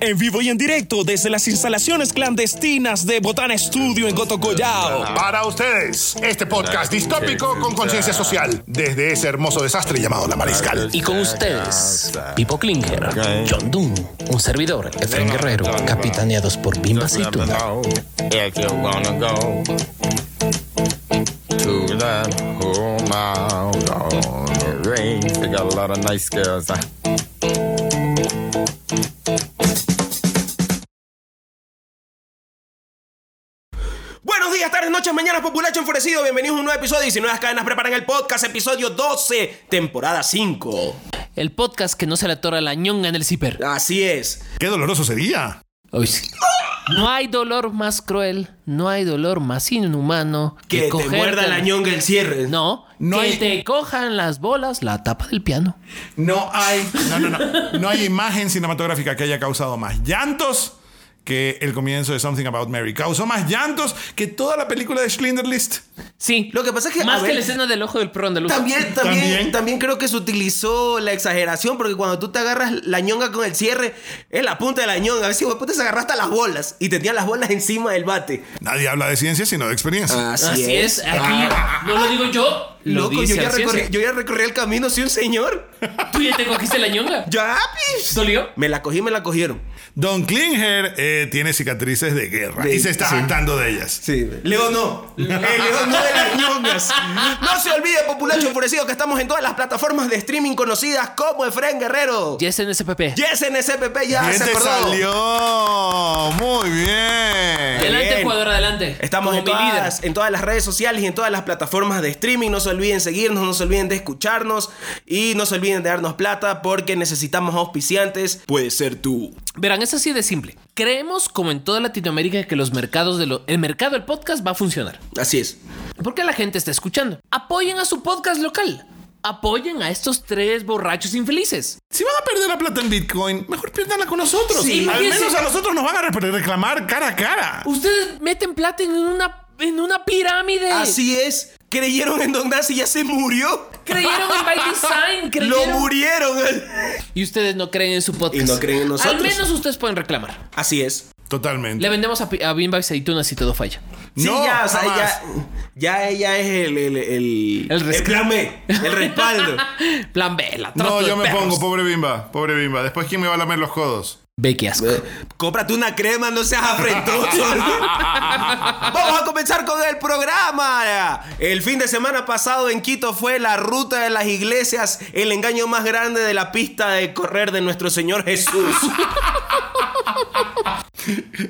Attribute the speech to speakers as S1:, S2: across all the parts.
S1: en vivo y en directo desde las instalaciones clandestinas de Botana Studio en Gotocollao.
S2: Para ustedes, este podcast distópico con conciencia social, desde ese hermoso desastre llamado La Mariscal.
S3: Y con ustedes, Pipo Klinger, John Doon, un servidor, Efren Guerrero, capitaneados por Bimba Cituna.
S4: If you wanna go to that whole mile on the range, they got a lot of nice girls. huh?
S5: Buenos días, tardes, noches, mañanas, populacho enfurecido. Bienvenidos a un nuevo episodio. Y si nuevas cadenas preparan el podcast, episodio 12, temporada 5.
S3: El podcast que no se le atora la ñonga en el ciper.
S5: Así es.
S2: Qué doloroso sería.
S3: Hoy sí. No hay dolor más cruel, no hay dolor más inhumano
S5: Que te
S3: cogerte
S5: muerda la ñonga el cierre.
S3: No,
S6: No
S3: que
S6: hay-
S3: te cojan las bolas la tapa del piano.
S6: No hay, no, no, no. No hay imagen cinematográfica que haya causado más llantos que el comienzo de Something About Mary. Causó más llantos que toda la película de Schindler's List.
S3: Sí.
S5: Lo que pasa es que, a
S3: Más que
S5: ver,
S3: la escena del ojo del perro andaluz.
S5: También, también,
S6: También.
S5: también creo que se utilizó la exageración, porque cuando tú te agarras la ñonga con el cierre, es la punta de la ñonga. A veces después te agarraste a las bolas y te tenían las bolas encima del bate.
S2: Nadie habla de ciencia sino de experiencia.
S5: Así, Ah.
S3: Así es. Aquí no lo digo yo. Lo
S5: Loco, yo
S3: dice
S5: ya,
S3: la
S5: recorrí,
S3: ciencia.
S5: yo ya recorrí el camino, soy un señor.
S3: ¿Tú ya te cogiste la ñonga?
S5: ya, pis.
S3: ¿Dolió?
S5: Me la cogí, me la cogieron.
S2: Don Klinger eh, tiene cicatrices de guerra
S5: De-
S2: y se está
S5: sí.
S2: jactando de ellas.
S5: Sí. Leo no. El Leo no de las ñongas. No se olvide, populacho enfurecido, que estamos en todas las plataformas de streaming conocidas como Efren Guerrero.
S3: Yes en SPP.
S5: Yes, NSPP
S6: Este
S5: ya
S2: Bien
S5: Ah, se
S2: te
S5: acordó.
S2: salió. Muy bien.
S3: Adelante,
S5: Bien.
S3: Ecuador, adelante.
S5: Estamos
S3: Como
S5: en
S3: mi líder.
S5: todas, en todas las redes sociales y en todas las plataformas de streaming. No se olviden seguirnos, no se olviden de escucharnos y no se olviden de darnos plata porque necesitamos auspiciantes. Pues, Puede ser tú.
S3: Verán, es así de simple. Creemos, como en toda Latinoamérica, que los mercados de lo- el mercado del podcast va a funcionar.
S5: Así es.
S3: Porque la gente está escuchando. Apoyen a su podcast local. Apoyen a estos tres borrachos infelices.
S6: Si van a perder la plata en Bitcoin, mejor piérdanla con nosotros.
S3: Sí,
S6: Al
S3: imagínense.
S6: menos a nosotros nos van a re- reclamar cara a cara.
S3: Ustedes meten plata en una, en una pirámide.
S5: Así es. Creyeron en Don Nancy, ya se murió.
S3: Creyeron en By Design.
S5: Lo
S3: Creyeron.
S5: murieron.
S3: y ustedes no creen en su podcast.
S5: Y no creen en nosotros.
S3: Al menos ustedes pueden reclamar.
S5: Así es.
S2: Totalmente.
S3: Le vendemos a, Pi- a Bimba y Aceitunas si todo falla.
S5: Sí,
S6: No,
S5: ya, o sea,
S6: jamás.
S5: ya, ya ella es el el el
S3: El rescate.
S5: plan B, el respaldo.
S3: Plan B, la trata
S2: No,
S3: de
S2: yo me
S3: perros.
S2: pongo, pobre bimba, pobre bimba. Después, ¿quién me va a lamer los codos?
S3: Ve qué asco.
S5: Cómprate una crema, no seas afrentoso. Vamos a comenzar con el programa. El fin de semana pasado en Quito fue la ruta de las iglesias, el engaño más grande de la pista de correr de nuestro Señor Jesús.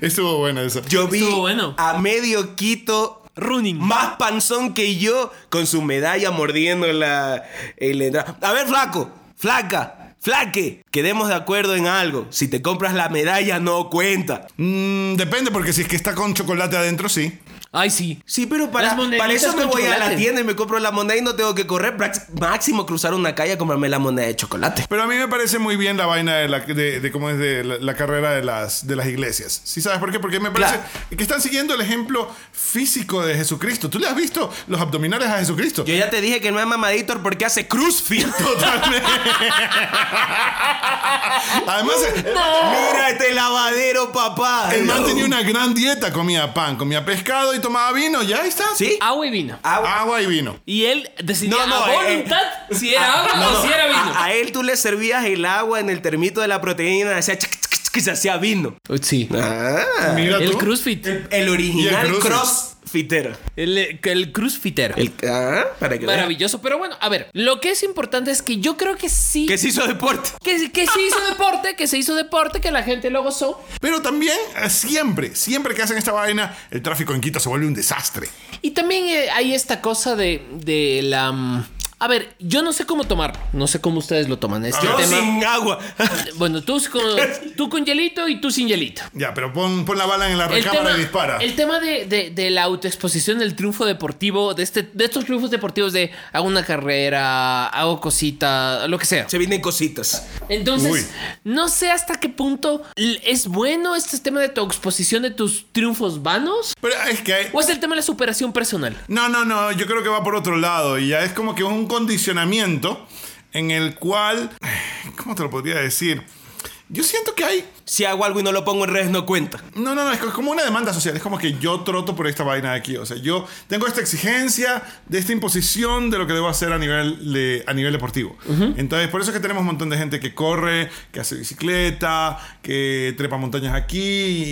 S2: Estuvo buena esa.
S5: Yo vi
S3: Estuvo bueno.
S5: a medio Quito
S3: Running.
S5: más panzón que yo con su medalla mordiendo la el endra- A ver, flaco, flaca, flaque, quedemos de acuerdo en algo. Si te compras la medalla no cuenta.
S2: Mm, depende, porque si es que está con chocolate adentro, sí.
S3: Ay, sí.
S5: Sí, pero para,
S3: Las moneditas
S5: para eso me
S3: con
S5: voy a la
S3: chocolate.
S5: tienda y me compro la moneda y no tengo que correr. Prax- Máximo cruzar una calle a comprarme la moneda de chocolate.
S2: Pero a mí me parece muy bien la vaina de, la, de, de cómo es de la, la carrera de las, de las iglesias. ¿Sí sabes por qué? Porque me parece que están siguiendo el ejemplo físico de Jesucristo. ¿Tú le has visto los abdominales a Jesucristo?
S5: Yo ya te dije que no es mamadito porque hace crucifix.
S2: Totalmente. Además, el-
S5: Mira este lavadero, papá.
S2: el man
S5: No.
S2: tenía una gran dieta. Comía pan, comía pescado y tomaba vino. ¿Ya ahí está?
S5: ¿Sí?
S3: Agua y vino.
S5: Ah,
S2: Agua y vino.
S3: Y él decidía
S5: No, no,
S3: a
S5: eh,
S3: voluntad si era agua o si
S5: ah,
S3: era vino.
S5: A, a él tú le servías el agua en el termito de la proteína, hacía chic, chic, chic, que se hacía vino.
S3: sí.
S2: Mira
S3: El
S2: tú.
S3: crossfit.
S5: eh, Ah. El original
S2: crucifix.
S5: crossfitero.
S3: El, el crossfitero.
S5: El, ah, para que veas.
S3: Maravilloso. Pero bueno, a ver, lo que es importante es que yo creo que sí.
S5: Que se hizo deporte.
S3: Que, que se hizo deporte, que se hizo deporte, que la gente lo gozó.
S2: Pero también, eh, siempre, siempre que hacen esta vaina, el tráfico en Quito se vuelve un desastre.
S3: Y también eh, hay esta cosa de, de la. mm, A ver, yo no sé cómo tomarlo. No sé cómo ustedes lo toman. Este
S5: Ah, Yo
S3: tema.
S5: sin agua.
S3: Bueno, tú con, tú con hielito y tú sin hielito.
S2: Ya, pero pon, pon la bala en la
S3: El
S2: recámara
S3: tema,
S2: y dispara.
S3: el tema de, de- de la autoexposición del triunfo deportivo, de, este, de estos triunfos deportivos de hago una carrera, hago cosita, lo que sea.
S5: se vienen cositas.
S3: Entonces,
S2: Uy.
S3: no sé hasta qué punto l- es bueno este tema de tu exposición de tus triunfos vanos
S2: Pero es que hay-
S3: o es el tema de la superación personal.
S2: No, no, no, yo creo que va por otro lado y ya es como que es un condicionamiento en el cual, ¿cómo te lo podría decir? Yo siento que hay.
S5: Si hago algo y no lo pongo en redes, no cuenta.
S2: No, no, no, es co- como una demanda social. Es como que yo troto por esta vaina de aquí. O sea, yo tengo esta exigencia de esta imposición de lo que debo hacer a nivel, de, a nivel deportivo. Entonces, por eso es que tenemos un montón de gente que corre, que hace bicicleta, que trepa montañas aquí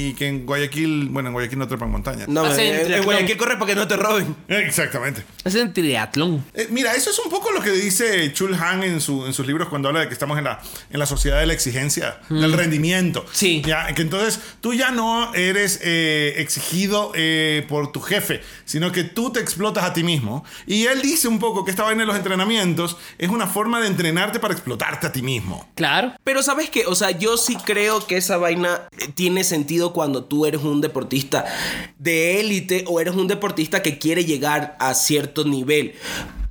S2: y que en Guayaquil, bueno, en Guayaquil no trepan montañas.
S5: No, eh,
S3: Hacen
S5: en- en
S3: triatlón.
S5: Guayaquil corres para que no te roben.
S2: Exactamente.
S3: Es en triatlón.
S2: Eh, mira, eso es un poco lo que dice Chul Han en, su- en sus libros cuando habla de que estamos en la, en la sociedad de la exigencia, del rendimiento.
S3: Mm. Sí.
S2: Ya, que entonces tú ya no eres eh, exigido eh, por tu jefe, sino que tú te explotas a ti mismo. Y él dice un poco que esta vaina en los entrenamientos es una forma de entrenarte para explotarte a ti mismo.
S3: Claro.
S5: Pero sabes qué, o sea, yo sí creo que esa vaina eh, tiene sentido cuando tú eres un deportista de élite o eres un deportista que quiere llegar a cierto nivel.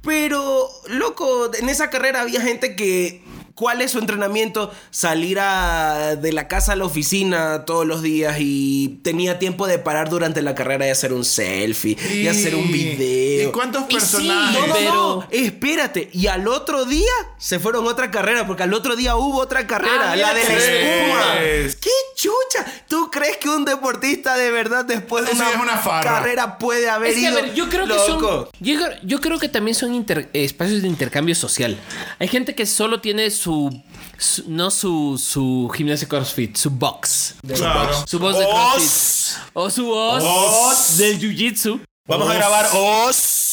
S5: Pero, loco, en esa carrera había gente que... ¿Cuál es su entrenamiento? Salir a- de la casa a la oficina todos los días y tenía tiempo de parar durante la carrera y hacer un selfie y, hacer un video.
S2: ¿Y cuántos
S3: Y sí,
S2: personajes?
S5: No, no,
S3: Pero-
S5: no, espérate. Y al otro día se fueron a otra carrera, porque al otro día hubo otra carrera,
S3: Ah, mira
S5: la de la
S3: que
S5: espuma.
S2: sí.
S5: ¡Qué chucha! ¿Tú crees que un deportista de verdad después de
S2: Eso
S5: una,
S2: ya es una farra.
S5: carrera puede haber
S3: Es que, a
S5: ido?
S3: ver, yo creo que son.
S5: Loco.
S3: Yo, creo- yo creo que también son inter- eh, espacios de intercambio social. Hay gente que solo tiene su. su- no su, su gimnasio CrossFit, su box.
S2: Claro.
S3: Su voz de
S2: Os.
S3: CrossFit. O su voz, del Jiu Jitsu.
S2: Vamos a grabar
S5: os.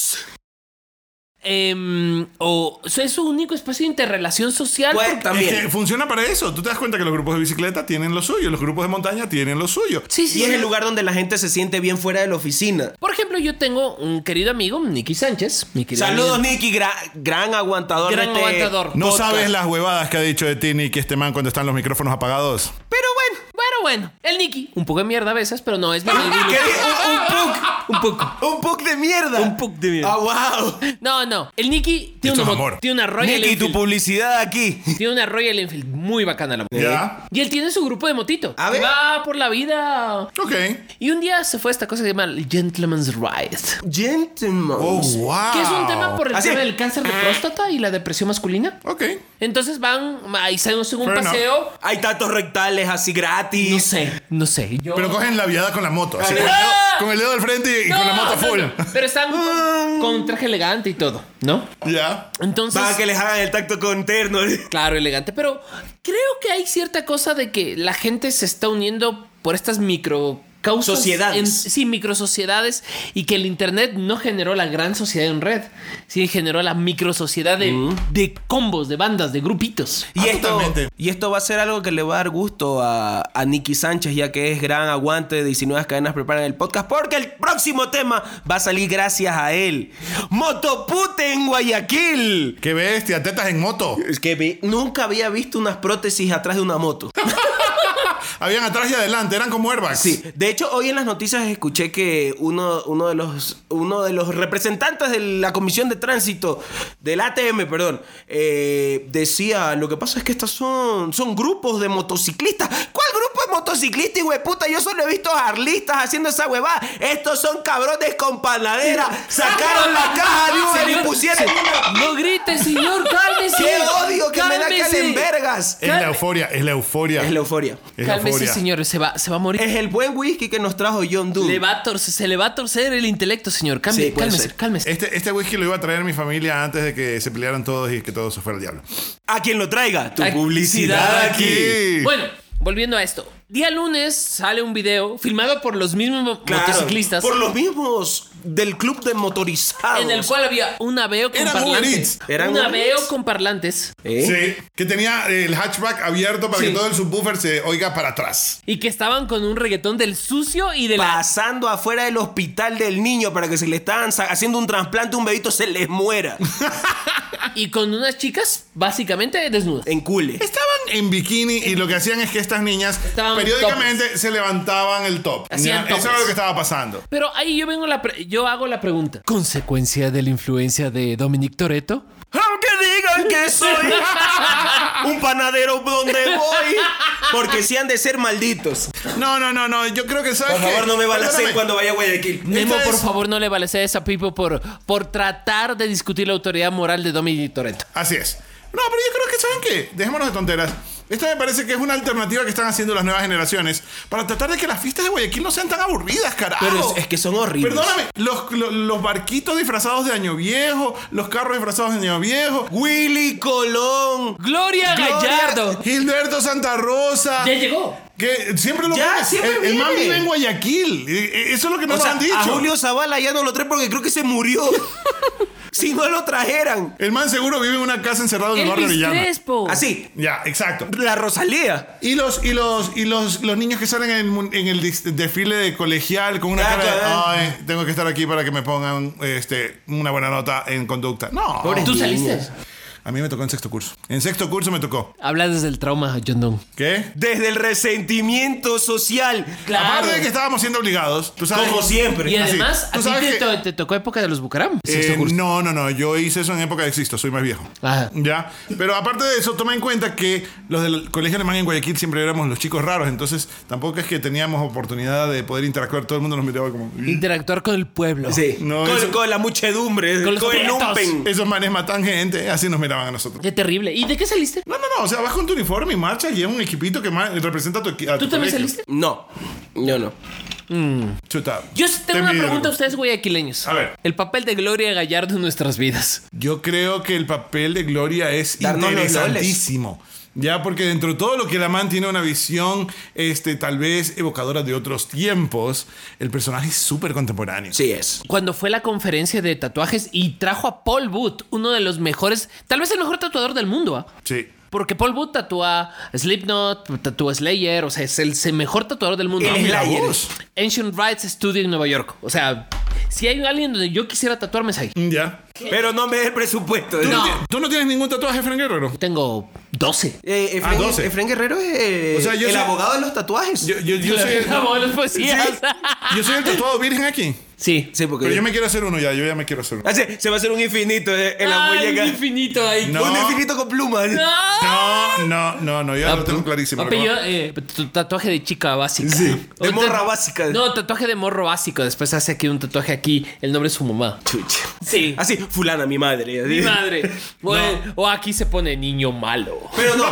S3: Em, o o sea, es su único espacio de interrelación social.
S5: Pues
S3: porque-
S5: también.
S2: Es que funciona para eso. Tú te das cuenta que los grupos de bicicleta tienen lo suyo, los grupos de montaña tienen lo suyo.
S3: sí, sí.
S5: Y es
S3: sí.
S5: el lugar donde la gente se siente bien fuera de la oficina.
S3: Por ejemplo, yo tengo un querido amigo, Nicky Sánchez. mi querido
S5: Saludos,
S3: amigo.
S5: Nicky. Gran, gran aguantador.
S3: Gran
S5: de este
S3: aguantador.
S2: No
S5: podcast.
S2: sabes las huevadas que ha dicho de ti, Nicky, este man cuando están los micrófonos apagados.
S5: Pero bueno.
S3: Bueno, bueno. El Nicky. Un poco de mierda a veces, pero no, es mi amigo.
S5: Ah, ¿Qué? Un, un puck.
S3: Un poco.
S5: Un puck de mierda.
S3: Un puck de mierda.
S5: Ah, wow.
S3: No, no. El Nicky tiene,
S2: Esto
S3: una,
S2: es
S3: mo-
S2: amor.
S3: tiene una Royal
S5: Nicky, tu
S3: Enfield.
S5: publicidad aquí.
S3: Tiene una Royal Enfield muy bacana la moto.
S2: Ya.
S3: Y él tiene su grupo de motito.
S5: A
S3: que
S5: ver.
S3: va por la vida.
S2: Ok.
S3: Y un día se fue a esta cosa que se llama el Gentleman's Ride.
S5: Gentleman.
S2: Oh, wow.
S3: Que es un tema por el
S2: Ah,
S5: Así.
S3: tema del cáncer de próstata y la depresión masculina.
S2: Ok.
S3: Entonces van ahí se hacen un
S2: Fair enough.
S3: paseo.
S5: Hay tantos rectales así gratis.
S3: No sé, no sé. Yo-
S2: Pero cogen la viada con la moto. Así,
S3: Ah.
S2: con, el dedo, con el dedo del frente y, y
S3: No,
S2: con la moto
S3: no,
S2: full. Ah.
S3: no. Pero están con, con traje elegante y todo, ¿no?
S2: Ya.
S3: Entonces.
S5: Para que les hagan el tacto con terno.
S3: Claro, elegante, pero creo que hay cierta cosa de que la gente se está uniendo por estas micro causas.
S5: Sociedades.
S3: en- sí, micro sociedades y que el Internet no generó la gran sociedad en red, sí generó la micro sociedad de,
S2: Mm.
S3: de combos, de bandas, de grupitos.
S5: Y esto,
S2: totalmente.
S5: y esto va a ser algo que le va a dar gusto a, a Nicky Sánchez, ya que es gran aguante de 19 cadenas preparan el podcast, porque el próximo tema va a salir gracias a él. Motopute en Guayaquil.
S2: Qué bestia, tetas en moto.
S5: Es que vi- Eh, nunca había visto unas prótesis atrás de una moto.
S2: Habían atrás y adelante, eran como airbags.
S5: Sí, de hecho hoy en las noticias escuché que uno, uno, de, los, uno de los representantes de la Comisión de Tránsito, del ATM, perdón, eh, decía, lo que pasa es que estas son, son grupos de motociclistas. ¿Cuál grupo de motociclistas, güey puta? Yo solo he visto arlistas haciendo esa huevada. Estos son cabrones con panadera. Sacaron la caja de Uber y
S3: Señor,
S5: pusieron...
S3: se- No grites, señor, cálmese.
S5: ¡Qué odio que me da que
S3: cálmese.
S5: en vergas!
S2: Es la euforia, es la euforia.
S5: Es la euforia.
S2: Es la
S3: Cálmese,
S2: euforia.
S3: señores, se va, se va a morir.
S5: Es el buen whisky que nos trajo John Doe.
S3: Le va a torcer- se le va a torcer el intelecto, señor. Cálmese,
S5: Sí, puede
S3: cálmese,
S5: ser.
S3: cálmese.
S2: Este, este whisky lo iba a traer mi familia antes de que se pelearan todos y que todo se fuera al diablo.
S5: A quien lo traiga. Tu
S3: Ay,
S5: publicidad
S3: sí,
S5: aquí.
S3: Bueno, volviendo a esto. Día lunes sale un video filmado por los mismos mo-
S5: Claro,
S3: motociclistas.
S5: Por los mismos del club de motorizados.
S3: En el cual había un aveo con
S2: Eran Uber
S3: parlantes.
S2: Eats.
S5: Eran
S3: un
S5: Uber
S3: aveo
S5: Eats.
S3: con parlantes.
S5: ¿Eh?
S2: Sí. Que tenía el hatchback abierto para
S5: Sí.
S2: que todo el subwoofer se oiga para atrás.
S3: Y que estaban con un reggaetón del sucio y de la.
S5: Pasando afuera del hospital del niño para que se le estaban sa- haciendo un trasplante, un bebito se les muera.
S3: Y con unas chicas básicamente desnudas.
S5: en cule.
S2: Estaban en bikini y lo que hacían es que estas niñas
S3: Estaban
S2: periódicamente se levantaban el top.
S3: Hacían
S2: Ya, Eso
S3: topes.
S2: era lo que estaba pasando.
S3: Pero ahí yo vengo la pre- yo hago la pregunta. ¿Consecuencia de la influencia de Dominic Toretto?
S5: Aunque digan que soy un panadero donde voy. Porque si han de ser malditos.
S2: No, no, no, no. Yo creo que sabes
S5: Por favor,
S2: qué?
S5: no me balacen
S2: Perdóname.
S5: cuando vaya a Guayaquil.
S3: Nemo,
S2: Esta
S3: por
S2: es-
S3: favor, no le balacees a Pipo por, por tratar de discutir la autoridad moral de Dominic Toretto.
S2: Así es. No, pero yo creo que saben qué. Dejémonos de tonteras. Esta me parece que es una alternativa que están haciendo las nuevas generaciones para tratar de que las fiestas de Guayaquil no sean tan aburridas, carajo.
S5: Pero es, es que son horribles.
S2: Perdóname, los, lo- los barquitos disfrazados de año viejo, los carros disfrazados de año viejo,
S5: Willy Colón.
S3: Gloria Gallardo.
S2: Gilberto Santa Rosa.
S3: Ya llegó.
S2: Que siempre lo
S5: Ya,
S2: ponen.
S5: siempre
S2: el, el man
S5: viene.
S2: vive en Guayaquil. Eh, eh, Eso es lo que no
S5: O
S2: nos
S5: sea,
S2: han dicho.
S5: a Julio Zavala ya no lo trae porque creo que se murió. si no lo trajeran.
S2: El man seguro vive en una casa encerrado en el barrio
S7: Elvis
S2: Orellana.
S7: Crespo.
S5: Así.
S2: Ya, exacto.
S5: La Rosalía.
S2: Y los y los y los, los niños que salen en, mun- en el dis- desfile de colegial con una
S5: Ya,
S2: cara de,
S5: ya.
S2: ay, tengo que estar aquí para que me pongan este una buena nota en conducta. No.
S3: ¿Tú saliste?
S2: A mí me tocó en sexto curso. En sexto curso me tocó.
S3: Habla desde el trauma, John Doe.
S2: ¿Qué?
S5: Desde el resentimiento social.
S2: Aparte de que estábamos siendo obligados, tú sabes.
S5: Como siempre.
S3: Y además,
S2: Tú
S3: a ti
S2: sabes
S3: te,
S2: que-
S3: to- te tocó época de los Bucaram.
S2: Eh,
S3: sexto curso.
S2: no, no, no. Yo hice eso en época de existo. Soy más viejo.
S3: Ajá.
S2: Ya. Pero aparte de eso, toma en cuenta que los del colegio alemán en Guayaquil siempre éramos los chicos raros. Entonces tampoco es que teníamos oportunidad de poder interactuar. Todo el mundo nos miraba como. "Mm,
S3: Interactuar con el pueblo.
S5: Sí.
S2: No,
S5: con,
S2: eso-
S5: con la muchedumbre.
S3: Con
S5: Con,
S3: los
S5: el
S3: prietos.
S5: lumpen.
S2: Esos manes matan gente. Así nos miraban a nosotros.
S3: Qué terrible. ¿Y de qué saliste?
S2: No, no, no. O sea, vas con tu uniforme y marchas y es un equipito que ma- representa a tu equipo.
S3: ¿Tú también saliste?
S5: No. Yo no.
S2: Chuta.
S3: Yo sí tengo una
S2: envidio,
S3: pregunta
S2: loco.
S3: a ustedes, guayaquileños.
S2: A ver.
S3: El papel de Gloria Gallardo en nuestras vidas.
S2: Yo creo que el papel de Gloria es
S5: Darnos los
S2: interesantísimo. Ya, porque dentro de todo lo que la man tiene una visión, este, tal vez evocadora de otros tiempos, el personaje es súper contemporáneo.
S5: Sí es.
S3: Cuando fue la conferencia de tatuajes y trajo a Paul Booth, uno de los mejores, tal vez el mejor tatuador del mundo, ¿ah?
S2: Sí.
S3: Porque Paul Booth tatúa Slipknot, tatúa Slayer, o sea, es el se- mejor tatuador del mundo.
S5: El
S2: Mira
S5: Slayer.
S2: vos.
S3: Ancient Rights Studio en Nueva York. O sea, si hay alguien donde yo quisiera tatuarme es ahí.
S2: Ya.
S5: Pero no me dé el presupuesto.
S2: ¿Tú
S3: No.
S2: ti- ¿Tú no tienes ningún tatuaje, Fran Guerrero?
S3: Tengo 12.
S5: Eh,
S2: Ah,
S5: Efren,
S2: 12.
S5: Efren Guerrero es eh,
S2: O sea, yo
S5: el
S2: soy-
S5: abogado de los tatuajes.
S2: Yo, yo- yo soy, el,
S3: Abuelos, pues, sí.
S2: yo soy el tatuado virgen aquí.
S3: Sí.
S5: sí, porque
S2: Pero yo me quiero hacer uno ya, yo ya me quiero hacer uno.
S5: Ah, sí, se va a hacer un infinito eh, en la
S3: Ay,
S5: muñeca.
S3: un infinito ahí.
S2: No.
S5: Un infinito con plumas.
S2: No, no, no, no, yo ya lo tengo clarísimo.
S3: Ah, pues, Papi,
S2: lo
S3: yo,
S2: que-
S3: eh, tu tatuaje de chica básica.
S5: Sí.
S3: O
S5: De
S3: ta-
S5: morra básica.
S3: No, tatuaje de morro básico. Después hace aquí un tatuaje aquí. El nombre de su mamá.
S5: Chucha.
S3: Sí.
S5: Así, fulana, mi madre. así.
S3: Mi madre. O, o aquí se pone niño malo.
S5: Pero no, a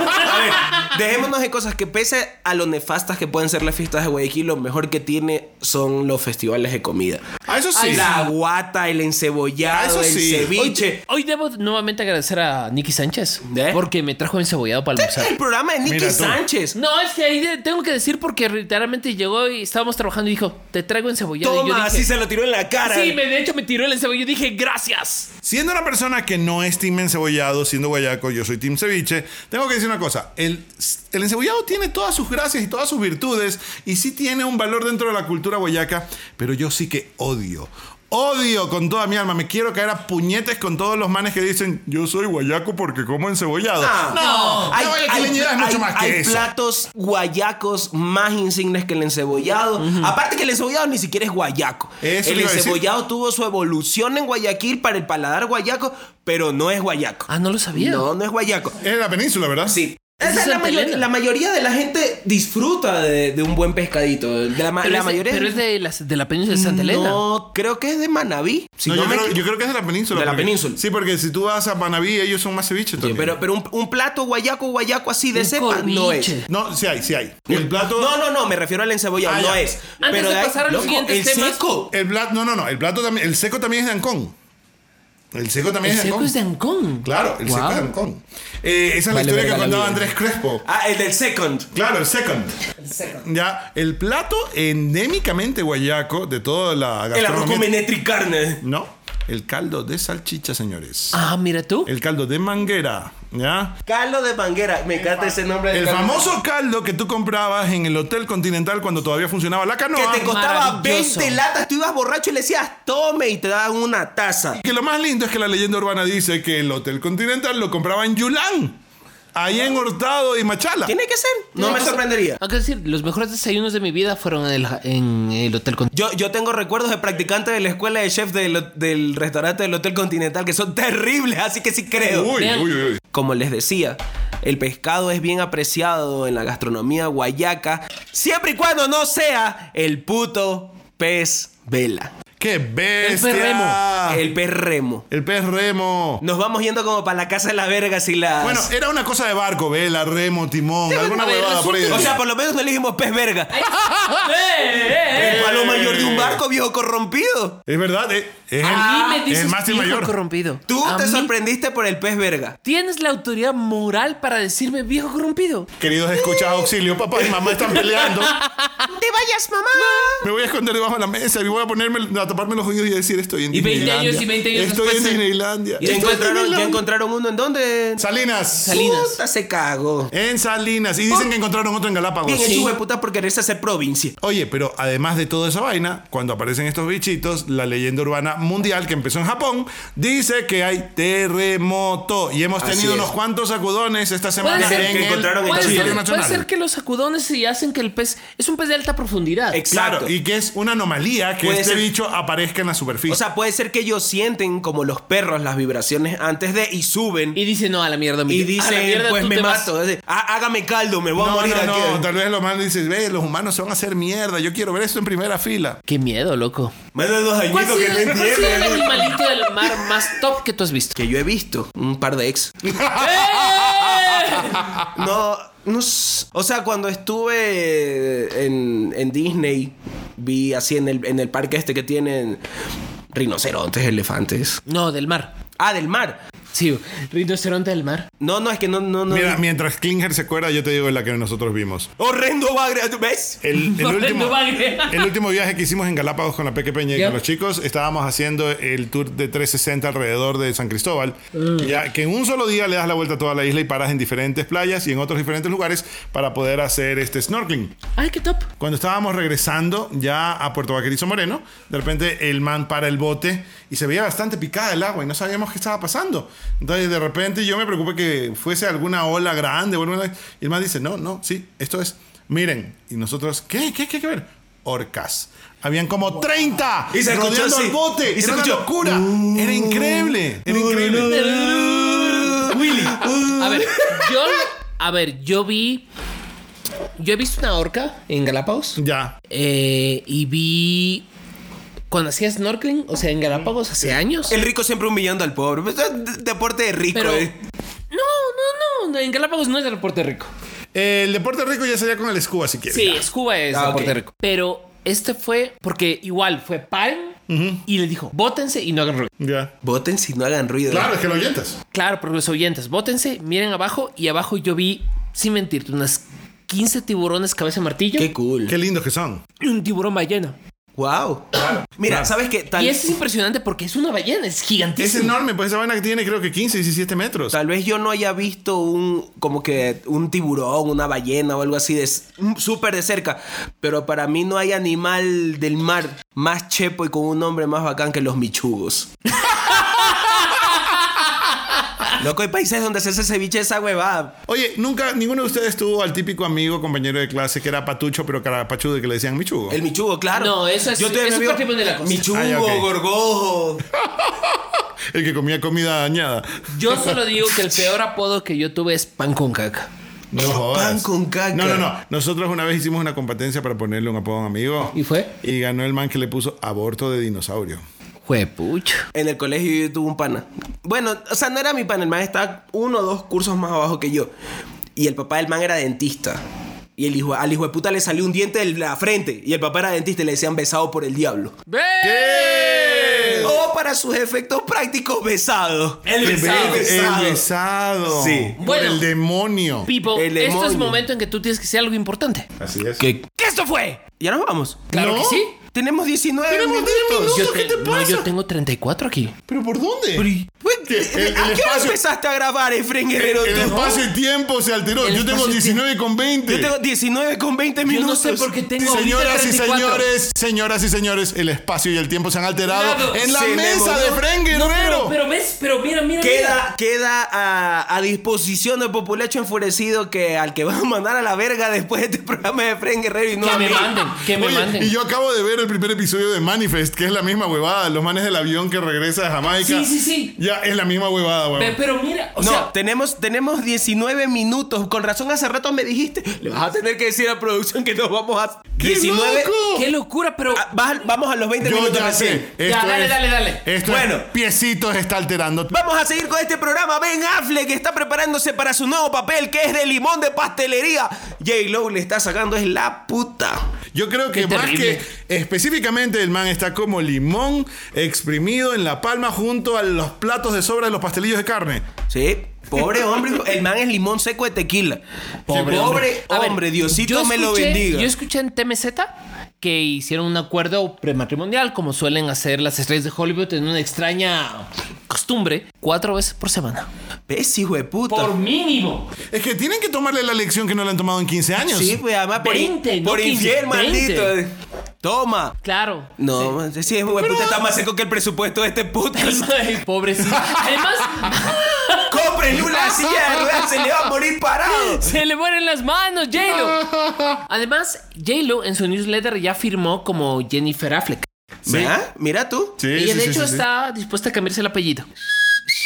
S5: ver, dejémonos de cosas que pese a lo nefastas que pueden ser las fiestas de Guayaquil, lo mejor que tiene son los festivales de comida.
S2: Ah, eso sí.
S5: La guata, el
S2: Ah,
S5: encebollado,
S2: eso
S5: el
S2: sí.
S5: ceviche.
S3: Hoy debo nuevamente agradecer a Nicky Sánchez.
S5: ¿Eh?
S3: Porque me trajo encebollado para almorzar.
S5: El programa de Nicky
S2: Mira tú.
S5: Sánchez.
S3: No, es que ahí de- tengo que decir porque literalmente llegó y estábamos trabajando y dijo, te traigo encebollado. y yo
S5: Toma,
S3: dije,
S5: así se lo tiró en la cara.
S3: Sí, me, de hecho me tiró el encebollado y dije, gracias.
S2: Siendo una persona que no es team encebollado, siendo guayaco, yo soy team ceviche, tengo que decir una cosa. El, el encebollado tiene todas sus gracias y todas sus virtudes y sí tiene un valor dentro de la cultura guayaca, pero yo sí que odio. Odio con toda mi alma, me quiero caer a puñetes con todos los manes que dicen yo soy guayaco porque como encebollado.
S5: Ah,
S2: no, la
S5: Hay,
S2: guayaquileñidad es
S5: hay-
S2: mucho más que
S5: hay
S2: eso.
S5: platos guayacos más insignes que el encebollado. Aparte que el encebollado ni siquiera es guayaco.
S2: Eso
S5: el
S2: le iba a decir.
S5: encebollado tuvo su evolución en Guayaquil para el paladar guayaco, pero no es guayaco.
S3: Ah, no lo sabía.
S5: No, no es guayaco.
S2: Es la península, ¿verdad?
S5: Sí.
S3: Esa
S5: Esa
S3: es
S5: es la,
S3: Santa
S5: mayor-
S3: Elena.
S5: la mayoría de la gente disfruta de, de un buen pescadito. De la, ma-
S3: Pero,
S5: la
S3: es, de-
S5: mayoría
S3: pero es de, las- de la península de Santa Elena.
S5: No, creo que es de Manabí. Si
S2: No,
S5: no
S2: yo,
S5: me
S2: creo,
S5: equivoco.
S2: yo creo que es de la península.
S5: De la
S2: porque-
S5: península.
S2: Sí, porque si tú vas a Panaví, ellos son más ceviche también.
S5: Pero, pero un, un plato guayaco, guayaco así de
S3: Un
S5: cepa no es.
S3: corviche.
S2: No, sí hay, sí hay. El plato...
S5: No, no, no, me refiero al encebollado,
S2: Ah,
S5: no
S2: ya.
S5: es.
S3: Antes
S5: pero
S3: de
S5: ahí-
S3: pasar a los
S5: loco,
S3: siguientes
S5: el
S3: temas-
S5: seco.
S2: El plato, no, no, no. El plato también, el seco también es de Ancón. El seco
S3: El
S2: también es de
S3: seco
S2: Ancón.
S3: es de Ancón.
S2: Claro, el seco
S3: Wow.
S2: es de Ancón. Eh, esa es la
S3: Vale,
S2: historia que
S3: verga la
S2: contaba
S3: vida.
S2: Andrés Crespo.
S5: Ah, el del second.
S2: Claro, el second. El second. Ya, el plato endémicamente guayaco de toda la
S5: El arroz con
S2: gastronomía.
S5: menetri carne.
S2: no, el caldo de salchicha, señores.
S3: Ah, mira tú.
S2: El caldo de manguera, ¿ya?
S5: Carlos de Banguera. Me encanta ese nombre. de
S2: El
S5: Carlos.
S2: famoso caldo que tú comprabas en el Hotel Continental cuando todavía funcionaba la canoa.
S5: Que te costaba
S3: Ah, Maravilloso.
S5: 20 latas, tú ibas borracho y le decías, tome y te daban una taza.
S2: Que lo más lindo es que la leyenda urbana dice que el Hotel Continental lo compraba en Yulán, ahí en Hurtado y Machala.
S5: Tiene que ser. No me sorprendería.
S3: Hay que decir, los mejores desayunos de mi vida fueron en el, en el hotel con...
S5: Yo, yo tengo recuerdos de practicante de la escuela de chef del, del restaurante del Hotel Continental que son terribles, así que sí creo.
S2: Uy,
S3: Vean.
S2: uy, uy.
S5: Como les decía, el pescado es bien apreciado en la gastronomía guayaca, siempre y cuando no sea el puto pez vela.
S2: ¡Qué bestia! Ah.
S3: perremo.
S5: El pez remo.
S2: El pez remo.
S5: Nos vamos yendo como para la casa de la verga si las.
S2: Bueno, era una cosa de barco, vela, remo, timón, alguna
S3: a ver,
S2: huevada por ahí.
S5: o sea, por lo menos no elegimos pez verga.
S3: ¡Eh, eh, eh!
S5: El palo mayor de un barco, viejo corrompido.
S2: es verdad, eh, es el,
S3: A mí me
S2: es
S3: dices
S2: el mástil
S3: viejo
S2: mayor.
S3: corrompido.
S5: Tú
S3: A
S5: te
S3: mí
S5: sorprendiste por el pez verga.
S3: Tienes la autoridad moral para decirme viejo corrompido.
S2: Queridos escuchas, auxilio, papá y mamá están peleando.
S5: ¡Te vayas, mamá!
S2: Me voy a esconder debajo de la mesa y voy a ponerme a taparme los oídos y a decir estoy en
S3: Y 20
S2: Disneylandia.
S3: años y 20 años
S2: Estoy
S3: después
S2: en
S3: se-
S2: Disneylandia. Estoy
S5: ¿Ya
S2: en
S5: encontraron, ya
S2: Disneylandia.
S5: encontraron uno en dónde?
S2: Salinas.
S3: Salinas.
S5: Puta, se cagó.
S2: En Salinas. Y dicen que encontraron otro en Galápagos.
S5: Bien, el hijo de puta por quererse hacer provincia.
S2: Oye, pero además de toda esa vaina, cuando aparecen estos bichitos, la leyenda urbana mundial que empezó en Japón dice que hay terremoto. Y hemos
S5: Así
S2: tenido
S5: es.
S2: unos cuantos sacudones esta semana
S3: Puede ser
S2: en
S5: que
S2: el
S5: encontraron en
S2: Territorio
S3: Puede
S5: Chile
S3: ser, puede
S2: Nacional.
S3: ser que los sacudones se hacen que el pez es un pez de alta profundidad.
S5: Exacto.
S2: Claro, y que es una anomalía que
S5: Puede
S2: este
S5: ser.
S2: bicho aparezca en la superficie.
S5: O sea, puede ser que ellos sienten como los perros las vibraciones antes de y suben y,
S3: Y dice, no, a la mierda, mi- a la
S5: dicen,
S3: mierda,
S5: pues
S3: tú
S5: me
S3: te vas".
S5: mato. Así, "Ah, Hágame caldo, me voy a
S2: no,
S5: morir
S2: no, no,
S5: aquí. ¿eh?
S2: tal vez los humanos dicen, ve, los humanos se van a hacer mierda, yo quiero ver esto en primera fila.
S3: Qué miedo, loco.
S5: Más de dos
S3: ¿Cuál
S5: añitos
S3: ha
S5: que
S3: sido
S5: no
S3: el- cuál ha sido el
S5: entienden.
S3: animalito del mar más top que tú has visto?
S5: Que yo he visto un par de ex. No, no. s- O sea, cuando estuve en, en Disney, vi así en el, en el parque este que tienen rinocerontes, elefantes.
S3: No, del mar.
S5: Ah, del mar.
S3: Sí, rinoceronte del mar.
S5: No, no, es que no, no, no.
S2: Mira, mientras Klinger se cuerda, yo te digo la que nosotros vimos.
S5: Horrendo bagre, ¿tú ¿ves?
S2: El, el último,
S3: No vale.
S2: el último viaje que hicimos en Galápagos con la Peque Peña y
S3: Ya.
S2: con los chicos, estábamos haciendo el tour de 360 alrededor de San Cristóbal. Ya que en un solo día le das la vuelta a toda la isla y paras en diferentes playas y en otros diferentes lugares para poder hacer este snorkeling.
S3: Ay, qué top.
S2: Cuando estábamos regresando ya a Puerto Vaquerizo Moreno, de repente el man para el bote y se veía bastante picada el agua y no sabíamos qué estaba pasando. Entonces de repente yo me preocupé que fuese alguna ola grande o alguna- Y el man dice, no, no, sí, esto es. Miren, y nosotros, ¿qué? ¿Qué? ¿Qué? ¿Qué ver? Orcas. Habían como 30
S5: Y se escuchó
S2: rodeando
S5: así.
S2: el bote.
S5: Y se
S2: era una
S5: escuchó,
S2: locura. era increíble. Era increíble.
S5: Willy.
S3: A ver, yo. A ver, yo vi. Yo he visto una orca en Galápagos.
S2: Ya.
S3: eh, y vi. Cuando hacía snorkeling, o sea, en Galápagos hace años.
S5: El rico siempre humillando al pobre. Eso es de- deporte de rico.
S3: Pero.
S5: eh.
S3: No, no, no. En Galápagos no es de Puerto Rico.
S2: El deporte rico ya sería con el scuba si quieres.
S3: Sí, es Cuba, es
S5: Ah,
S3: de
S5: ok.
S3: Puerto Rico. Pero este fue. Porque igual fue paren y le dijo, bótense y no hagan ruido.
S2: Ya.
S5: Voten si no hagan ruido.
S2: Claro, es que lo oyentas.
S3: Claro, porque los oyentes, bótense, miren abajo y abajo yo vi, sin mentirte, unas 15 tiburones cabeza de martillo
S5: Qué cool.
S2: Qué lindos que son.
S3: y un tiburón ballena.
S5: Wow. Mira, ¿sabes qué? Tal,
S3: Y esto es impresionante porque es una ballena,
S2: Es
S3: es gigantesca.
S2: enorme, pues esa vaina que tiene creo que 15, 17 metros.
S5: tal vez yo no haya visto un como que un tiburón, una ballena o algo así de s- mm, súper de cerca, pero para mí no hay animal del mar más chepo y con un nombre más bacán que los michugos. Loco, hay países donde se hace ceviche esa huevada.
S2: Oye, nunca ninguno de ustedes tuvo al típico amigo, compañero de clase que era patucho, pero carapachudo y que le decían michugo.
S5: El michugo, claro.
S3: No, eso es-
S5: tuve
S3: eso
S5: un
S3: es
S5: amigo-
S3: patrimonio de la costa.
S5: Michugo,
S2: Ah, ya, ok.
S5: gorgojo.
S2: El que comía comida dañada.
S3: Yo solo digo que el peor apodo que yo tuve es pan con caca.
S2: No
S5: Pan
S2: jodas.
S5: con caca.
S2: No, no, no. Nosotros una vez hicimos una competencia para ponerle un apodo a un amigo.
S3: ¿Y fue?
S2: Y ganó el man que le puso aborto de dinosaurio.
S3: Juepucho.
S5: En el colegio yo tuve un pana. Bueno, o sea, no era mi pana, el man estaba uno o dos cursos más abajo que yo. Y el papá del man era dentista. Y el hijo, al hijo de puta le salió un diente de la frente. Y el papá era dentista y le decían besado por el diablo. O para sus efectos prácticos, besado. El
S2: El besado. El besado.
S5: Sí.
S2: Por
S3: Bueno.
S2: el demonio.
S3: People,
S5: El
S3: esto es
S5: demonio.
S3: momento en que tú tienes que ser algo importante.
S2: Así es.
S5: ¿Qué?
S3: ¿Qué esto fue?
S5: Ya nos vamos.
S3: Claro
S2: ¿No?
S3: que sí.
S5: Tenemos 19 minutos.
S3: Yo
S2: ¿qué te
S3: No,
S2: pasa?
S3: yo tengo 34 aquí.
S2: ¿Pero por dónde?
S5: Pues,
S2: ¿Qué? El-
S5: ¿A
S2: el
S5: qué hora
S2: espacio-
S5: empezaste a grabar, Efren
S2: el,
S5: Guerrero?
S2: el
S5: tú?
S2: espacio y tiempo se alteró.
S3: El
S2: Yo tengo
S3: espacio y
S2: 19 con 20.
S5: Yo tengo 19 con 20
S3: Yo no
S5: minutos.
S3: sé por qué tengo ahorita
S2: Señoras y
S3: 34.
S2: señores, señoras y señores, el espacio y el tiempo se han alterado
S3: Claro.
S2: en la
S5: Se
S2: mesa
S5: me
S2: Ah, de
S5: voló.
S2: Fren
S3: No,
S2: Guerrero.
S3: pero, pero ves, pero mira, mira. mira.
S5: Queda, queda a, a disposición del populacho enfurecido que al que van a mandar a la verga después de este programa de Fren Guerrero y no
S3: Que
S5: a
S3: me
S5: mí.
S3: manden, que me
S2: Oye,
S3: manden.
S2: y yo acabo de ver el primer episodio de Manifest, que es la misma huevada. Los manes del avión que regresa de Jamaica.
S3: Sí, sí, sí.
S2: Ya es la misma huevada, huevón.
S3: Pe- Pero mira, o
S5: no,
S3: sea,
S5: tenemos, tenemos 19 minutos. Con razón, hace rato me dijiste. Le vas a tener que decir a producción que nos vamos a.
S2: ¡Qué
S5: 19.
S2: loco!
S3: qué locura, pero
S5: Ah, vas al- vamos a los 20
S2: Yo
S5: minutos
S2: ya
S5: recién.
S2: sé.
S3: Ya, dale, dale, dale.
S2: Esto
S5: Bueno.
S2: bueno. piecitos está alterando.
S5: Vamos a seguir con este programa. Ben Affleck está preparándose para su nuevo papel que es de limón de pastelería. J. Lowe le está sacando es la puta.
S2: Yo creo
S3: Qué
S2: que más
S3: terrible.
S2: que específicamente el man está como limón exprimido en la palma junto a los platos de sobra de los pastelillos de carne.
S5: Sí, pobre hombre. El man es limón seco de tequila. Pobre, hombre,
S3: A ver,
S5: Diosito
S3: yo
S5: me lo
S3: escuché-
S5: bendiga.
S3: Yo escuché en TMZ que hicieron un acuerdo prematrimonial, como suelen hacer las estrellas de Hollywood en una extraña costumbre, cuatro veces por semana.
S5: Pes, hijo de puta.
S3: Por mínimo.
S2: Es que tienen que tomarle la lección que no le han tomado en 15 años.
S5: sí, pues además por, in-
S3: 20, no
S5: por
S3: 15,
S5: infiel,
S3: 20.
S5: maldito. Claro.
S3: Claro.
S5: No, man, sí, sí, hijo de puta está más seco que el presupuesto de este podcast.
S3: El pobrecito. Además,
S5: Cómprenle una silla de ruedas, se le va a morir parado.
S3: se le mueren las manos, J-Lo. Además, J-Lo en su newsletter ya firmó como Jennifer Affleck.
S5: Mira, Mira tú.
S2: Sí,
S3: Ella,
S2: sí,
S3: de
S2: sí,
S3: hecho,
S2: sí, sí.
S3: está dispuesta a cambiarse el apellido.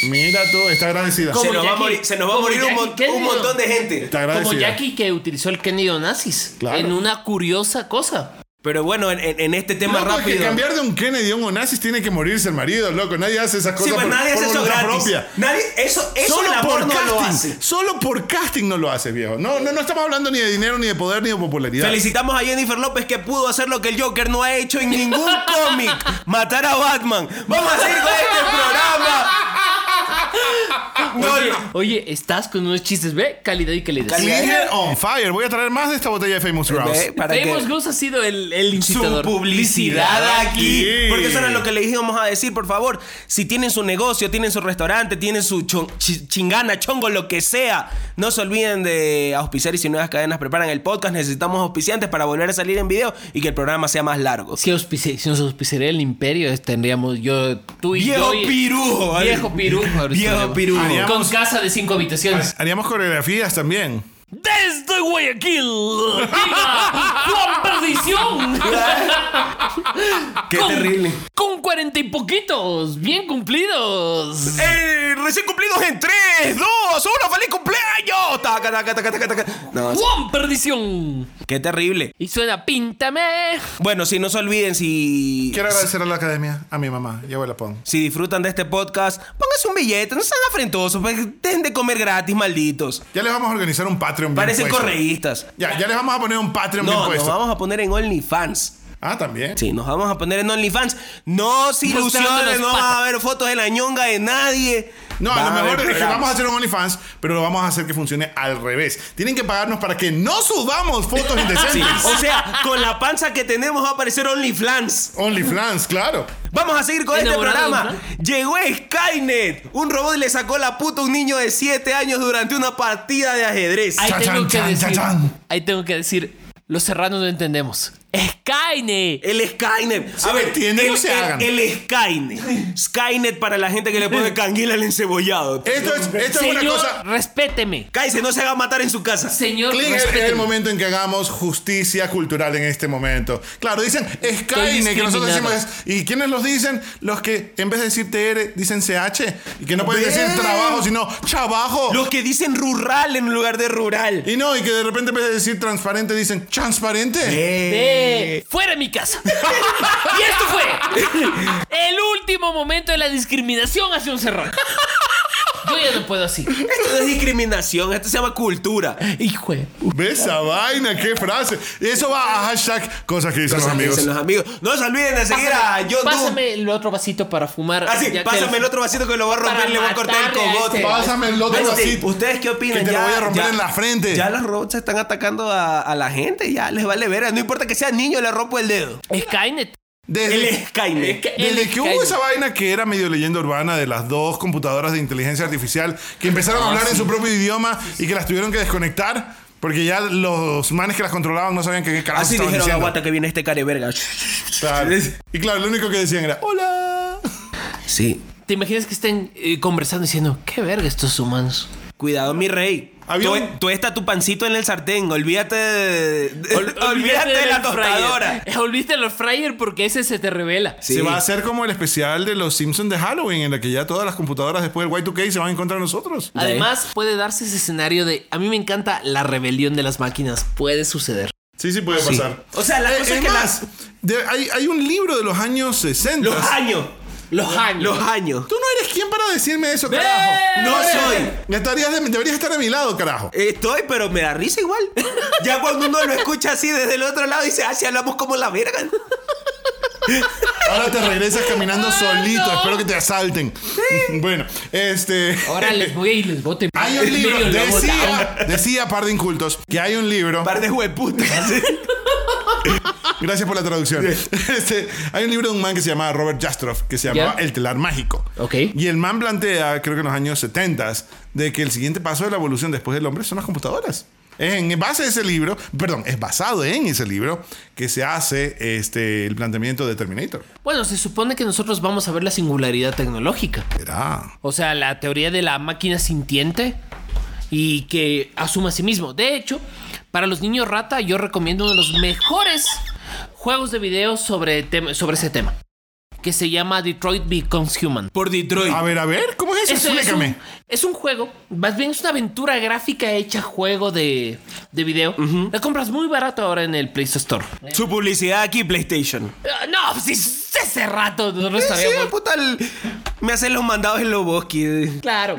S2: Mira tú, está agradecida.
S3: ¿Cómo?
S5: Se
S3: Como
S5: nos, va a
S3: Jackie-
S5: morir, se nos va a
S3: como
S5: morir un,
S3: Jackie
S5: mon-
S3: Kennedy,
S5: un
S3: ¿no?
S5: montón de gente.
S2: Está agradecida.
S3: Como Jackie que utilizó el Kenny Onassis
S2: Claro.
S3: en una curiosa cosa.
S5: Pero bueno, en, en- en este tema
S2: Loco, es
S5: rápido.
S2: que cambiar de un Kennedy a un Onassis tiene que morirse el marido, loco. Nadie hace esas cosas
S5: Sí, pues
S2: por,
S5: nadie hace
S2: por
S5: eso
S2: voluntad
S5: gratis.
S2: propia.
S5: Nadie, eso, eso el amor no lo hace.
S2: Solo por casting no lo hace, viejo. No, no, no estamos hablando ni de dinero, ni de poder, ni de popularidad.
S5: Felicitamos a Jennifer López que pudo hacer lo que el Joker no ha hecho en ningún cómic: matar a Batman. Vamos a seguir con este
S3: Oye,
S5: programa.
S3: oye, estás con unos chistes, ve, calidad y calidad.
S5: Cali-
S2: Sigue on fire. Voy a traer más de esta botella de Famous
S5: No,
S2: Grouse.
S5: ve, para que-
S3: Famous Ghost ha sido el, el
S5: su
S3: incitador.
S5: publicidad aquí.
S2: aquí.
S5: Porque eso era lo que les íbamos a decir, por favor. Si tienen su negocio, tienen su restaurante, tienen su chon- chi- chingana, chongo, lo que sea, no se olviden de auspiciar y si nuevas cadenas preparan el podcast, necesitamos auspiciantes para volver a salir en video y que el programa sea más largo.
S3: Si, auspici- si nos auspiciaría el imperio, eh, tendríamos yo, tú y
S5: Viejo
S3: yo. y-
S5: pirujo, ay.
S3: Viejo pirujo. ahora
S5: Viejo
S3: estaríamos.
S5: pirujo.
S3: Con
S2: Haríamos-
S3: casa de cinco habitaciones.
S2: Haríamos coreografías también.
S3: Desde Guayaquil, diga, Juan Perdición.
S5: Qué
S3: Con-
S5: terrible.
S3: Con cuarenta y poquitos, bien cumplidos.
S5: ¡Ey! ¡Recién cumplidos en 3, 2, 1! ¡Feliz cumpleaños! Taca, taca, taca, taca, taca. No,
S3: Juan Perdición.
S5: qué terrible.
S3: Y suena, píntame.
S5: Bueno, si no se olviden, si.
S2: Quiero agradecer a la academia, a mi mamá y abuela Pon.
S5: Si disfrutan de este podcast, pónganse un billete, no sean afrentosos, pues, dejen de comer gratis, malditos.
S2: Ya les vamos a organizar un Patreon. bien
S5: Parecen
S2: puesto.
S5: correístas.
S2: Ya, ya les vamos a poner un Patreon bien
S5: No, nos
S2: puesto.
S5: vamos a poner en OnlyFans.
S2: Ah, también.
S5: Sí, nos vamos a poner en OnlyFans. No se
S3: Mostrando
S5: ilusionen,
S3: las
S5: no van a
S3: patas.
S5: ver fotos de la ñonga de nadie.
S2: No,
S5: Van
S2: a lo
S5: ver
S2: mejor es que
S5: programas.
S2: vamos a hacer un OnlyFans, pero lo vamos a hacer que funcione al revés. Tienen que pagarnos para que no subamos fotos
S5: Sí,
S2: indecentes.
S5: O sea, con la panza que tenemos va a aparecer OnlyFans.
S2: OnlyFans, claro.
S5: Vamos a seguir con este
S3: ¿Enamorado
S5: programa.
S3: de un plan?
S5: Llegó Skynet. Un robot le sacó la puta a un niño de 7 años durante una partida de ajedrez.
S3: Ahí
S2: Cha-chan,
S3: tengo que
S2: chan,
S3: decir.
S2: cha-chan.
S3: Ahí tengo que decir. Los serranos no entendemos. ¡Skyne!
S5: El Skynet.
S2: Si me entienden,
S5: el,
S2: no se
S5: el-
S2: hagan.
S5: el Skynet. Skynet para la gente que le pone canguila al encebollado.
S2: Esto es, esto es una
S3: Señor,
S2: cosa.
S3: respéteme.
S5: Cállese, no se haga matar en su casa.
S3: Señor,
S2: Click es el
S3: respéteme.
S2: momento en que hagamos justicia cultural en este momento. Claro, dicen Skynet, que nosotros
S3: discriminado.
S2: decimos. es- ¿Y quiénes los dicen? Los que en vez de decir TR dicen CH. Y que no pueden decir trabajo, sino chabajo.
S5: Los que dicen rural en lugar de rural.
S2: Y no, y que de repente en vez de decir transparente dicen transparente.
S3: Eh, fuera de mi casa. y esto fue el último momento de la discriminación hacia un serrano. Yo ya no puedo así.
S5: Esto no es discriminación, esto se llama cultura.
S3: Hijo. de-
S2: Ve esa vaina, qué frase. Eso va a hashtag cosas que dicen los amigos.
S5: Dicen los amigos. No se olviden de seguir a John Doe.
S3: Ah, Pásame el otro vasito para fumar.
S2: Ah,
S5: Así,
S3: ya que
S5: Ah, pásame el otro vasito que lo voy a romper
S3: Para
S5: y le voy a cortar el
S3: matarle a
S5: cogote.
S3: este.
S2: Pásame el otro
S5: Este,
S2: vasito.
S5: ¿Ustedes qué opinan?
S2: Que te lo voy a romper en la frente.
S5: Ya los robots están atacando a, a la gente, ya les vale ver. No importa que sea niño, le rompo el dedo.
S3: Skynet.
S2: Desde,
S5: El Skynet.
S3: Sky- el
S2: desde que hubo
S3: Skynet.
S2: esa vaina que era medio leyenda urbana de las dos computadoras de inteligencia artificial que empezaron a hablar en su propio idioma y que las tuvieron que desconectar porque ya los manes que las controlaban no sabían que qué carajo
S5: Así
S2: estaban
S5: dijeron,
S2: diciendo.
S5: aguanta que viene este care verga.
S2: Claro. Y claro, lo único que decían era hola.
S5: Sí.
S3: ¿Te imaginas que estén eh, conversando diciendo, qué verga estos humanos?
S5: Cuidado, mi rey.
S2: Había
S5: Tú,
S2: un-
S5: tú está tu pancito en el sartén. Olvídate de, de-
S3: Ol-
S5: olvídate de la
S3: del fryer.
S5: tostadora.
S3: Olvídate de los fryer porque ese se te revela.
S5: Sí.
S2: Se va a hacer como el especial de los Simpsons de Halloween, en la que ya todas las computadoras después del Y2K se van a encontrar nosotros.
S3: Además, puede darse ese escenario de. A mí me encanta la rebelión de las máquinas. Puede suceder.
S2: Sí, sí puede pasar.
S5: O sea, la
S2: Eh,
S5: cosa es
S2: es
S5: que
S2: más, de- hay, hay un libro de los años 60.
S5: Los años.
S3: Los años.
S5: Los años.
S2: Tú no eres quien para decirme eso, carajo.
S5: No soy.
S2: Ya estarías de- deberías estar a mi lado, carajo.
S5: Estoy, pero me da risa igual. Ya cuando uno lo escucha así desde el otro lado, dice, ah, si hablamos como la verga.
S2: Ahora te regresas caminando solito.
S3: no.
S2: Espero que te asalten. Bueno, este.
S3: Ahora les voy y les bote.
S2: Hay un libro,
S3: Medio lobo,
S2: decía, decía par de incultos, que hay un libro.
S5: Par de hueputas.
S2: Gracias por la traducción. Este, hay un libro de un man que se llama Robert Jastroff, que se llamaba
S3: Ya.
S2: El telar mágico.
S3: Ok.
S2: Y el man plantea, creo que en los años 70, de que el siguiente paso de la evolución después del hombre son las computadoras. Es en base a ese libro, perdón, es basado en ese libro que se hace este, el planteamiento de Terminator.
S3: Bueno, se supone que nosotros vamos a ver la singularidad tecnológica.
S2: Era.
S3: O sea, la teoría de la máquina sintiente y que asuma a sí mismo. De hecho, para los niños rata, yo recomiendo uno de los mejores juegos de video sobre, tem- sobre ese tema. Que se llama Detroit Becomes Human.
S5: Por Detroit.
S2: A ver, a ver, ¿cómo es eso?
S3: Eso es,
S2: Explícame.
S3: un, es un juego, más bien es una aventura gráfica hecha juego de, de video. La compras muy barato ahora en el Play Store.
S5: Su publicidad aquí, PlayStation.
S3: Ah, no, pues es- hace rato no lo
S5: Sí,
S3: sabíamos.
S5: puta, el- me hacen los mandados en los bosques.
S3: Claro.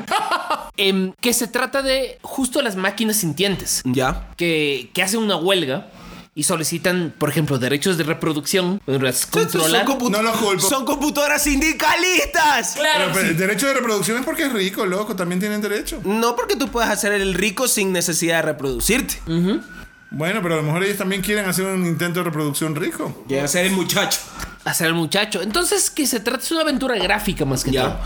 S3: Em, que se trata de justo las máquinas sintientes.
S5: Ya.
S3: que, que hacen una huelga y solicitan, por ejemplo, derechos de reproducción, pues, las controlar.
S5: Son compu-
S2: No los culpo.
S5: Son computadoras sindicalistas.
S2: Pero,
S3: Claro,
S2: pero,
S3: sí.
S2: el derecho de reproducción es porque es rico, loco, también tienen derecho.
S5: No porque tú puedas hacer el rico sin necesidad de reproducirte.
S2: Bueno, pero a lo mejor ellos también quieren hacer un intento de reproducción rico.
S5: Llega a ser el muchacho.
S3: hacer al muchacho. Entonces, que se trata de una aventura gráfica más que
S5: Ya.
S3: todo.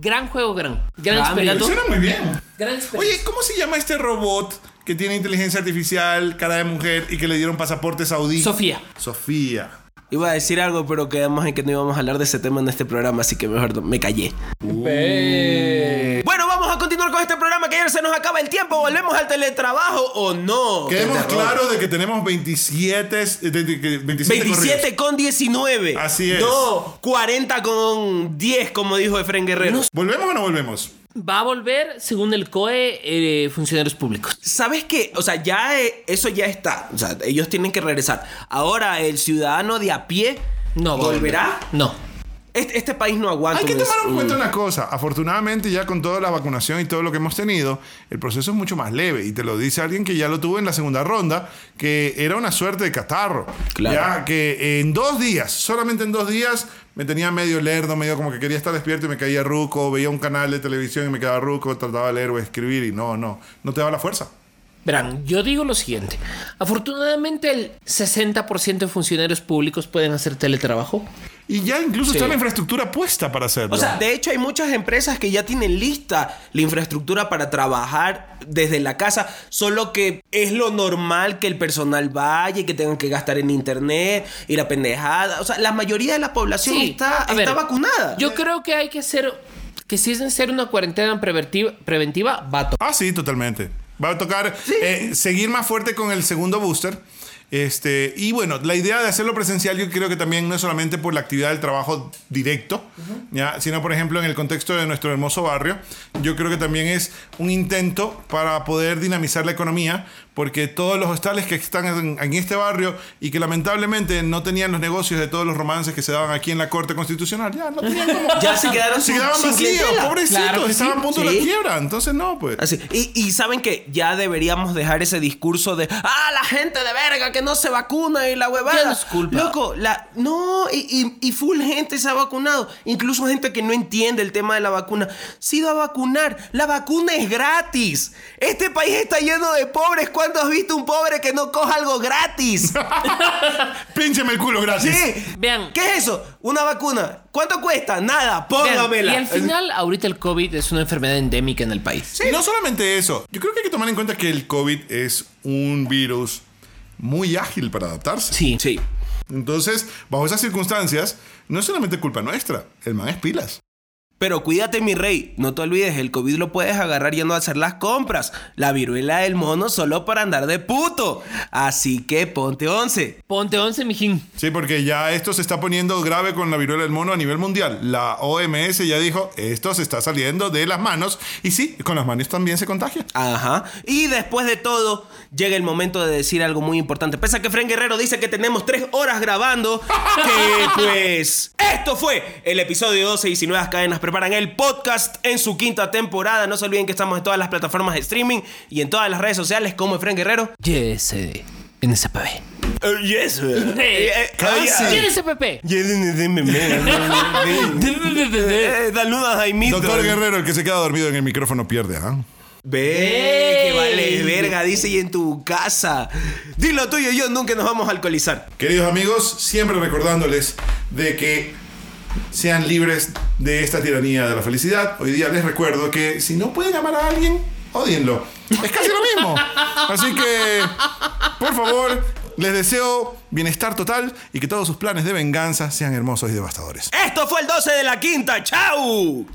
S3: Gran juego, gran. Gran
S5: Ah, mira,
S3: experimento.
S2: Suena muy bien.
S3: Gran experimento.
S2: Oye, ¿cómo se llama este robot que tiene inteligencia artificial, cara de mujer y que le dieron pasaporte saudí?
S3: Sofía.
S2: Sofía.
S5: Iba a decir algo, pero quedamos en que no íbamos a hablar de ese tema en este programa, así que mejor no- me callé. Bueno, vamos a continuar con este programa que ayer se nos acaba el tiempo. ¿Volvemos al teletrabajo o no?
S2: Quedemos
S5: Qué terror.
S2: claros de que tenemos 27, es- de- de- que 27, corridos.
S5: 27 con 19.
S2: Así es.
S5: No, 40 con 10, como dijo Efren Guerrero.
S2: ¿Volvemos o no volvemos?
S3: Va a volver, según el COE, eh, funcionarios públicos.
S5: ¿Sabes qué? O sea, ya eh, eso ya está. O sea, ellos tienen que regresar. Ahora el ciudadano de a pie
S3: No, va a volver.
S5: volverá.
S3: No.
S5: Este, este país no aguanta.
S2: Hay que
S5: un-
S2: tomar en
S5: un-
S2: cuenta una cosa. Afortunadamente, ya con toda la vacunación y todo lo que hemos tenido, el proceso es mucho más leve. Y te lo dice alguien que ya lo tuvo en la segunda ronda, que era una suerte de catarro.
S5: Claro.
S2: Ya que en dos días, solamente en dos días, me tenía medio lerdo, medio como que quería estar despierto y me caía ruco. Veía un canal de televisión y me quedaba ruco. Trataba de leer o escribir y no, no. No te daba la fuerza.
S3: Verán, yo digo lo siguiente. Afortunadamente, el 60% de funcionarios públicos pueden hacer teletrabajo.
S2: Y ya incluso
S3: Sí.
S2: está la infraestructura puesta para hacerlo.
S5: O sea, de hecho hay muchas empresas que ya tienen lista la infraestructura para trabajar desde la casa, solo que es lo normal que el personal vaya y que tengan que gastar en internet y la pendejada. O sea, la mayoría de la población
S3: Sí, a
S5: está, está
S3: ver,
S5: vacunada.
S3: Yo creo que hay que hacer. Que si es necesario una cuarentena preventiva, preventiva va a to-
S2: Ah, sí, totalmente. Va a tocar eh, seguir más fuerte con el segundo booster. Este, y bueno, la idea de hacerlo presencial yo creo que también no es solamente por la actividad del trabajo directo, ¿ya? sino por ejemplo en el contexto de nuestro hermoso barrio, yo creo que también es un intento para poder dinamizar la economía, porque todos los hostales que están en, en este barrio y que lamentablemente no tenían los negocios de todos los romances que se daban aquí en la Corte Constitucional, ya no tenían como...
S5: Ya se quedaron
S2: se
S5: sin-
S2: quedaban
S5: sin
S2: vacíos,
S5: clientela.
S2: pobrecitos,
S3: Claro que
S2: estaban
S3: sí.
S2: a punto de
S5: Sí.
S2: la quiebra, entonces no, pues...
S5: Así. Y, y saben que ya deberíamos dejar ese discurso de ah, la gente de verga que no se vacuna y la huevada.
S3: Ya no es culpa.
S5: Loco, la, no, y, y- y full gente se ha vacunado. Incluso gente que no entiende el tema de la vacuna. Se ha ido a vacunar. La vacuna es gratis. Este país está lleno de pobres. ¿Cuándo has visto un pobre que no coja algo gratis?
S2: Píncheme el culo, gracias.
S5: ¿Sí?
S3: Vean.
S5: ¿Qué es eso? Una vacuna. ¿Cuánto cuesta? Nada,
S3: Vean,
S5: póngamela.
S3: Y al final, ahorita el COVID es una enfermedad endémica en el país.
S2: Y no solamente eso, yo creo que hay que tomar en cuenta que el COVID es un virus muy ágil para adaptarse.
S3: Sí.
S5: Sí.
S2: Entonces, bajo esas circunstancias, no es solamente culpa nuestra, el man es pilas.
S5: Pero cuídate, mi rey. No te olvides, el COVID lo puedes agarrar yendo a hacer las compras. La viruela del mono solo para andar de puto. Así que ponte 11.
S3: Ponte 11, mijín.
S2: Sí, porque ya esto se está poniendo grave con la viruela del mono a nivel mundial. La OMS ya dijo, esto se está saliendo de las manos. Y sí, con las manos también se contagia.
S5: Ajá. Y después de todo, llega el momento de decir algo muy importante. Pese a que Fren Guerrero dice que tenemos tres horas grabando, que pues. Esto fue el episodio 12 y si nuevas cadenas preparan el podcast en su quinta temporada. No se olviden que estamos en todas las plataformas de streaming y en todas las redes sociales como Efren Guerrero.
S3: Yes, eh, en ese Ah, papel.
S5: Eh, yes,
S3: Eh,
S5: eh,
S3: Yes, PP.
S5: Eh, Jaimito.
S2: Doctor Guerrero, el que se queda dormido en el micrófono pierde, ¿ah?
S5: Ve, que vale verga, dice y en tu casa. Dilo tuyo, yo nunca nos vamos a alcoholizar.
S2: Queridos amigos, siempre recordándoles de que sean libres de esta tiranía de la felicidad. Hoy día les recuerdo que si no pueden amar a alguien, odienlo. Es casi lo mismo. Así que, por favor, les deseo bienestar total y que todos sus planes de venganza sean hermosos y devastadores.
S5: Esto fue el 12 de la quinta, chau.